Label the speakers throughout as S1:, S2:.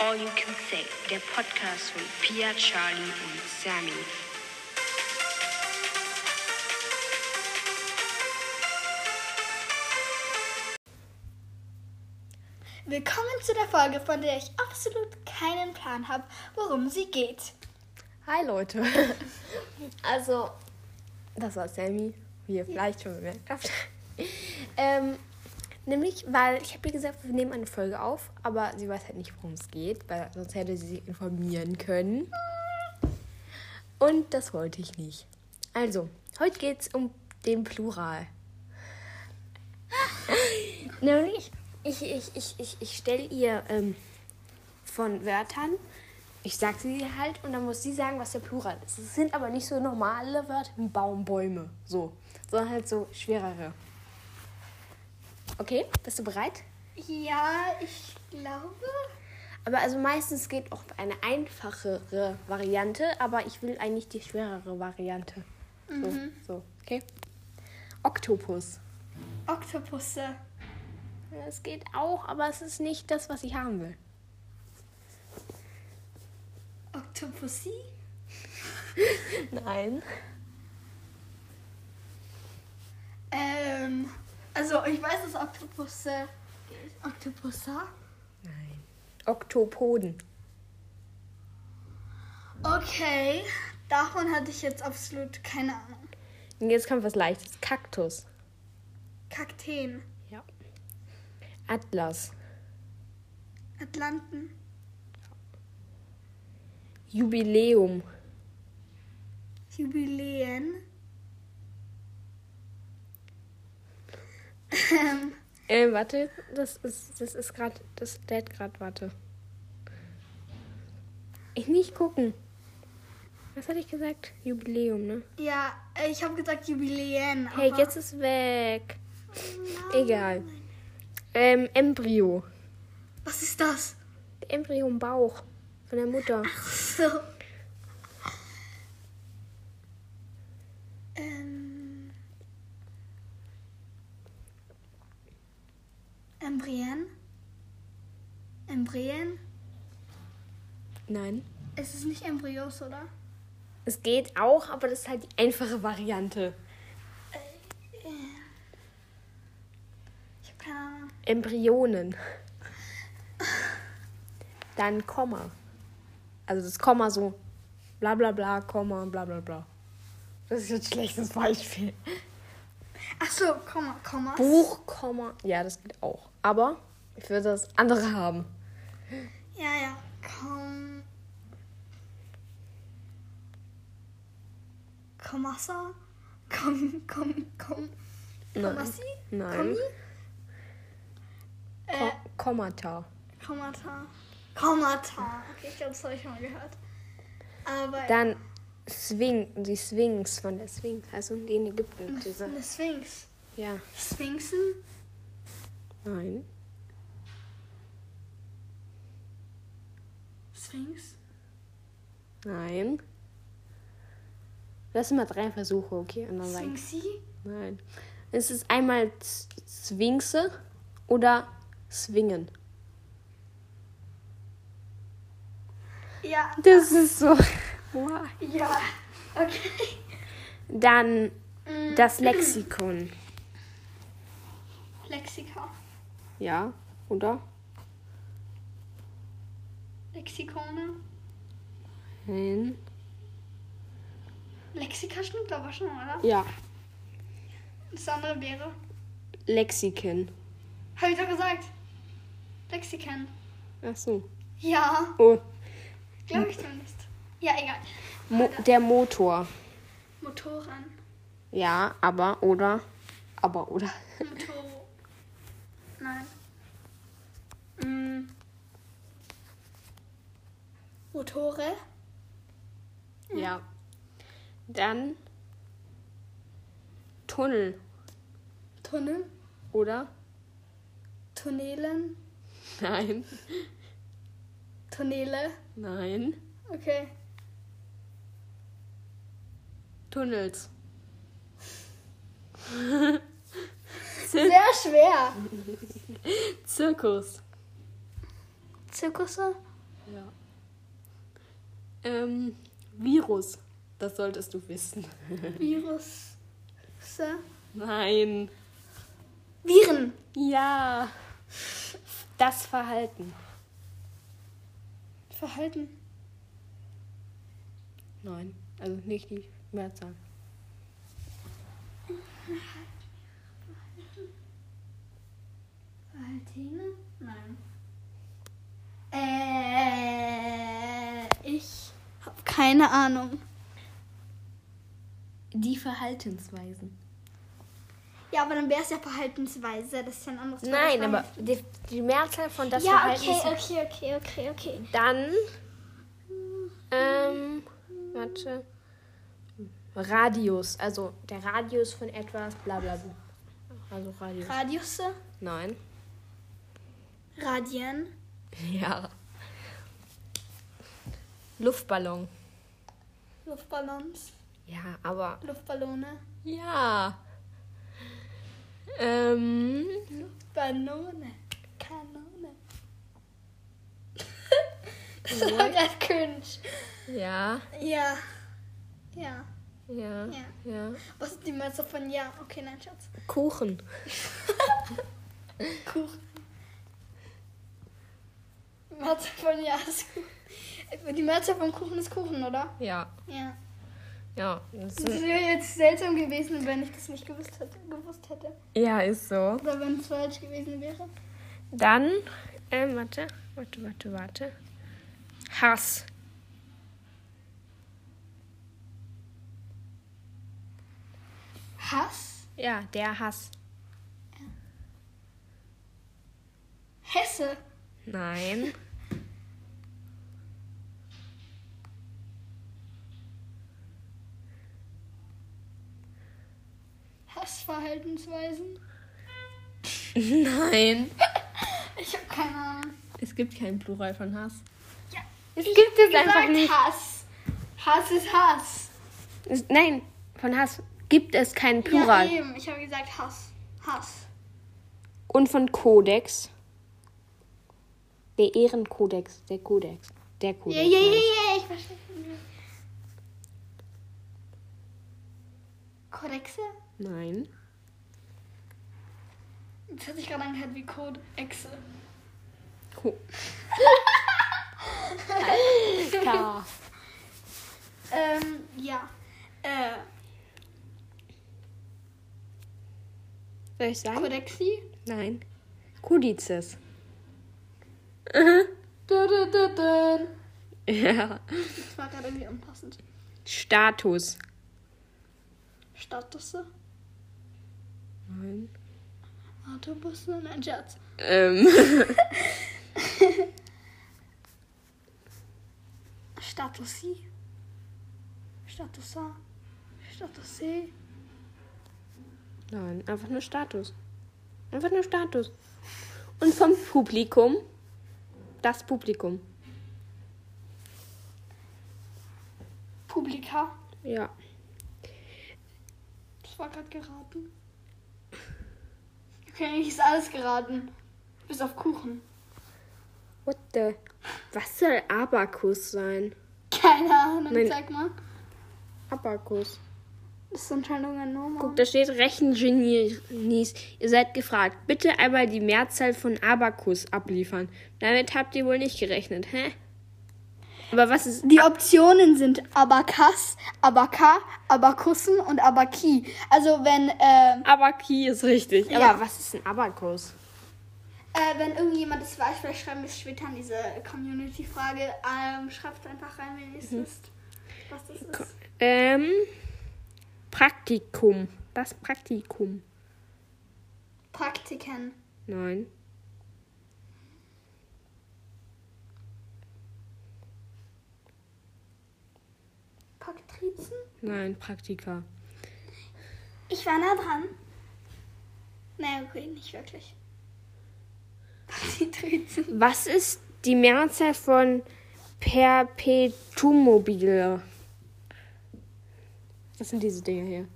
S1: All You Can Say, der Podcast von Pia, Charlie und Sammy.
S2: Willkommen zu der Folge, von der ich absolut keinen Plan habe, worum sie geht.
S3: Hi Leute. Also, das war Sammy, wie ihr vielleicht schon bemerkt habt. Ähm, nämlich, weil ich habe ihr gesagt, wir nehmen eine Folge auf, aber sie weiß halt nicht, worum es geht, weil sonst hätte sie sich informieren können. Und das wollte ich nicht. Also, heute geht es um den Plural. nämlich, ich, ich, ich, ich, ich stelle ihr ähm, von Wörtern. Ich sag sie ihr halt und dann muss sie sagen, was der Plural ist. Es sind aber nicht so normale Wörter wie Baum, Bäume, so, sondern halt so schwerere. Okay, bist du bereit?
S2: Ja, ich glaube.
S3: Aber also meistens geht auch eine einfachere Variante, aber ich will eigentlich die schwerere Variante. So, so, okay. Oktopus.
S2: Oktopusse.
S3: Ja, Es geht auch, aber es ist nicht das, was ich haben will.
S2: Oktopussi?
S3: Nein.
S2: Ähm, also ich weiß, dass Oktopusse. Oktopusse?
S3: Nein. Oktopoden.
S2: Okay, davon hatte ich jetzt absolut keine Ahnung.
S3: Und jetzt kommt was Leichtes. Kaktus.
S2: Kakteen,
S3: Ja. Atlas.
S2: Atlanten,
S3: Jubiläum.
S2: Jubiläen.
S3: Äh, warte, das ist, das ist gerade, das lädt gerade, warte. Ich nicht gucken. Was hatte ich gesagt? Jubiläum, ne?
S2: Ja, ich habe gesagt Jubiläen.
S3: Hey,
S2: aber-
S3: jetzt ist weg.
S2: Nein.
S3: Egal. Ähm, Embryo.
S2: Was ist das?
S3: Der Embryo im Bauch von der Mutter.
S2: So. Ähm. Embryen? Embryen?
S3: Nein.
S2: Es ist nicht Embryos, oder?
S3: Es geht auch, aber das ist halt die einfache Variante.
S2: Ich habe keine Ahnung.
S3: Embryonen. Dann Komma. Also das Komma so bla bla bla, Komma, bla bla bla. Das ist jetzt ein schlechtes Beispiel.
S2: Ach so, Komma, Komma.
S3: Buch, Komma. Ja, das geht auch. Aber ich würde das andere haben.
S2: Ja, ja. Komm. Kommassa? Komm, komm, komm. Kommassi?
S3: Nein.
S2: Kommi? Äh,
S3: Ko Kommata.
S2: Kommata. Kommata. Okay, ich glaube, das habe ich schon mal gehört. Aber
S3: Dann Sphinx, die Sphinx von der Sphinx. Also die in Ägypten. Diese.
S2: eine Sphinx.
S3: Ja.
S2: Sphinxen?
S3: Nein.
S2: Sphinx?
S3: Nein. Das sind mal drei Versuche, okay? Und dann sag ich-
S2: Sphinxi?
S3: Nein. Es ist einmal Z- Zwingse oder Swingen.
S2: Ja,
S3: Das ist so. Wow.
S2: ja. Okay.
S3: Dann das Lexikon.
S2: Lexika.
S3: Ja, oder?
S2: Lexikone.
S3: Nein.
S2: Lexika stimmt aber schon, oder?
S3: Ja,
S2: Das andere wäre.
S3: Lexiken.
S2: Habe ich doch gesagt. Lexiken.
S3: Ach so.
S2: Ja,
S3: Oh,
S2: glaube ich
S3: Hm.
S2: zumindest. Ja, egal.
S3: Mo der Motor.
S2: Motoren.
S3: Ja, aber, oder? Aber, oder?
S2: Motor. Nein. Mm. Motore.
S3: Ja. Dann Tunnel,
S2: Tunnel.
S3: oder?
S2: Tunnelen.
S3: Nein.
S2: Tunnele.
S3: Nein.
S2: Okay.
S3: Tunnels.
S2: Sehr schwer.
S3: Zirkus.
S2: Zirkusse.
S4: Ja. Ähm, Virus. Das solltest du wissen.
S2: Virus.
S4: Nein.
S2: Viren.
S4: Ja. Das Verhalten.
S2: Verhalten.
S4: Nein. Also nicht die Mehrzahl.
S2: Verhaltene? Nein. Äh, ich habe keine Ahnung.
S3: Die Verhaltensweisen.
S2: Ja, aber dann wäre es ja Verhaltensweise. Das ist ja ein anderes Wort.
S3: Nein,
S2: Ich
S3: aber
S2: weiß.
S3: die, die Mehrzahl von das
S2: Ja,
S3: Verhalten
S2: okay,
S3: ist
S2: okay, okay, okay, okay.
S3: dann ähm, warte, Radius, also der Radius von etwas, bla bla bla. Also Radius.
S2: Radiusse,
S3: Nein.
S2: Radien,
S3: Ja. Luftballon.
S2: Luftballons,
S3: Ja, aber.
S2: Luftballone,
S3: Ja. Ähm.
S2: Banone, Kanone. das war grad cringe.
S3: Ja.
S2: Ja. Ja,
S3: Ja.
S2: Ja.
S3: Ja.
S2: was ist die Mehrzahl von ja? Okay, nein, Schatz.
S3: Kuchen.
S2: Kuchen. Mehrzahl von ja ist Kuchen. Die Mehrzahl von Kuchen ist Kuchen, oder?
S3: Ja.
S2: Ja.
S3: Ja. Das
S2: Das
S3: ist,
S2: wäre jetzt seltsam gewesen, wenn ich das nicht gewusst hätte. Gewusst hätte.
S3: ja, ist so.
S2: Oder wenn es falsch gewesen wäre.
S3: Dann, ähm, warte, warte, warte, warte. Hass.
S2: Hass?
S3: Ja, der Hass.
S2: Hesse?
S3: Nein.
S2: Hassverhaltensweisen?
S4: Nein.
S2: Ich habe keine Ahnung.
S4: Es gibt keinen Plural von Hass.
S3: Es gibt es
S2: Gesagt,
S3: einfach nicht.
S2: Hass. Hass ist Hass.
S3: Es, nein, von Hass gibt es keinen Plural.
S2: Ja, eben. Ich habe gesagt Hass. Hass.
S3: Und von Kodex. Der Ehrenkodex. Der Kodex. Der Kodex.
S2: Ja, ja, ja,
S3: meine ich.
S2: ja, ich verstehe. Kodexe?
S4: Nein.
S2: Das hat sich gerade angehört wie Kodexe.
S3: Ko-
S2: Ähm, ja. Äh,
S4: Soll ich sagen?
S2: Kodexi?
S4: Nein.
S3: Kodizes. Ja.
S2: Das war gerade irgendwie unpassend.
S3: Status.
S2: Statusse?
S4: Nein.
S2: Autobusse? Nein, Scherz.
S3: Ähm.
S2: Statusi? Statusa? Statusse?
S3: Nein, einfach nur Status. Einfach nur Status. Und vom Publikum. Das Publikum.
S2: Publika?
S3: Ja.
S2: Das war gerade geraten. Okay, eigentlich ist alles geraten. Bis auf Kuchen.
S3: What the? Was soll Abakus sein?
S2: Keine Ahnung,
S3: Nein.
S2: sag mal.
S3: Abakus.
S2: Das ist anscheinend irgendein Nomen.
S3: Guck, da steht Rechengenies. Ihr seid gefragt. Bitte einmal die Mehrzahl von Abakus abliefern. Damit habt ihr wohl nicht gerechnet, hä? Aber was ist.
S2: Die Optionen sind Abakas, Abaka, Abakussen und Abaki. Also wenn, ähm,
S3: Abaki ist richtig.
S2: Ja.
S3: Aber was ist ein Abakus?
S2: äh, wenn irgendjemand das weiß, vielleicht schreiben wir es später in diese Community-Frage. Ähm, schreibt einfach rein, wenn ihr es wisst, was das ist.
S3: Ähm. Praktikum. Das Praktikum.
S2: Praktiken.
S3: Nein.
S2: Praktrizen?
S3: Nein, Praktika.
S2: Ich war nah dran. Naja, okay, nicht wirklich. Praktrizen.
S3: Was ist die Mehrzahl von Perpetuummobile? Das sind diese Dinger hier.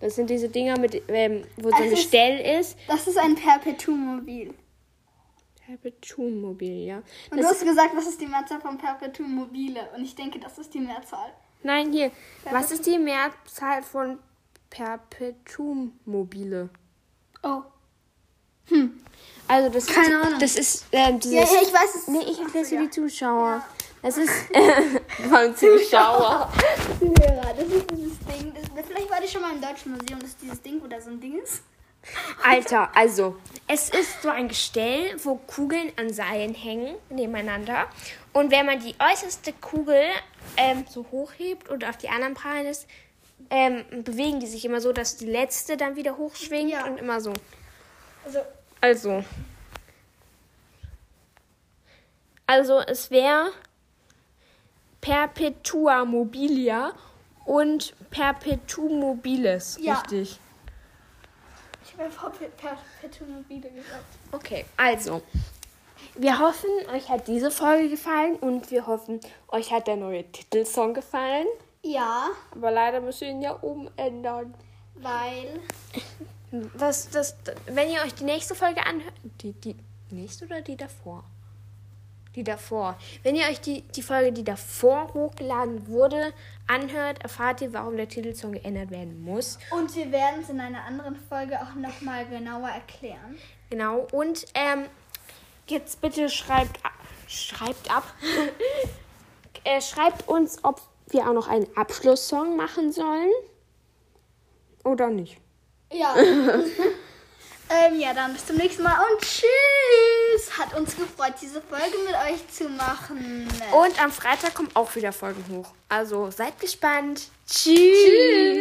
S3: Das sind diese Dinger, mit, ähm, wo so
S2: Also
S3: ein
S2: es-
S3: Gestell ist.
S2: Das ist ein Perpetuum mobil.
S4: Perpetuum mobile, ja.
S2: Und du
S4: Das-
S2: hast gesagt, was ist die Mehrzahl von Perpetuum mobile? Und ich denke, das ist die Mehrzahl.
S4: Nein, hier. Was ist die Mehrzahl von Perpetuum mobile?
S2: Oh.
S4: Also das
S2: Keine Ahnung.
S4: Das ist ähm, dieses.
S2: Ja, ja, ich weiß es.
S4: Nee, ich erkläre für
S2: ja.
S4: die Zuschauer. Das ist von Zuschauer.
S2: Hörer, das ist dieses Ding. Das, vielleicht war die schon mal im Deutschen Museum, das ist dieses Ding, wo da so ein Ding ist.
S3: Alter, also, es ist so ein Gestell, wo Kugeln an Seilen hängen, nebeneinander. Und wenn man die äußerste Kugel ähm, so hochhebt und auf die anderen prallen lässt, ähm, bewegen die sich immer so, dass die letzte dann wieder hochschwingt
S2: Ja.
S3: und immer so.
S2: Also,
S3: Also. Also, es wäre Perpetua mobilia und Perpetuum mobiles,
S2: Ja.
S3: richtig?
S2: ich habe einfach Per- Perpetuum mobile gesagt.
S3: Okay, also. Wir hoffen, euch hat diese Folge gefallen und wir hoffen, euch hat der neue Titelsong gefallen.
S2: Ja,
S3: Aber leider müssen wir ihn ja umändern.
S2: weil.
S3: Das, das, wenn ihr euch die nächste Folge anhört. Die, die nächste oder die davor? Die davor. Wenn ihr euch die, die Folge, die davor hochgeladen wurde, anhört, erfahrt ihr, warum der Titelsong geändert werden muss.
S2: Und wir werden es in einer anderen Folge auch nochmal genauer erklären.
S3: Genau. Und ähm, jetzt bitte schreibt ab. Schreibt ab. äh, schreibt uns, ob wir auch noch einen Abschlusssong machen sollen. Oder nicht.
S2: Ja. ähm, ja, dann bis zum nächsten Mal und tschüss. Hat uns gefreut, diese Folge mit euch zu machen.
S3: Und am Freitag kommen auch wieder Folgen hoch. Also seid gespannt. Tschüss.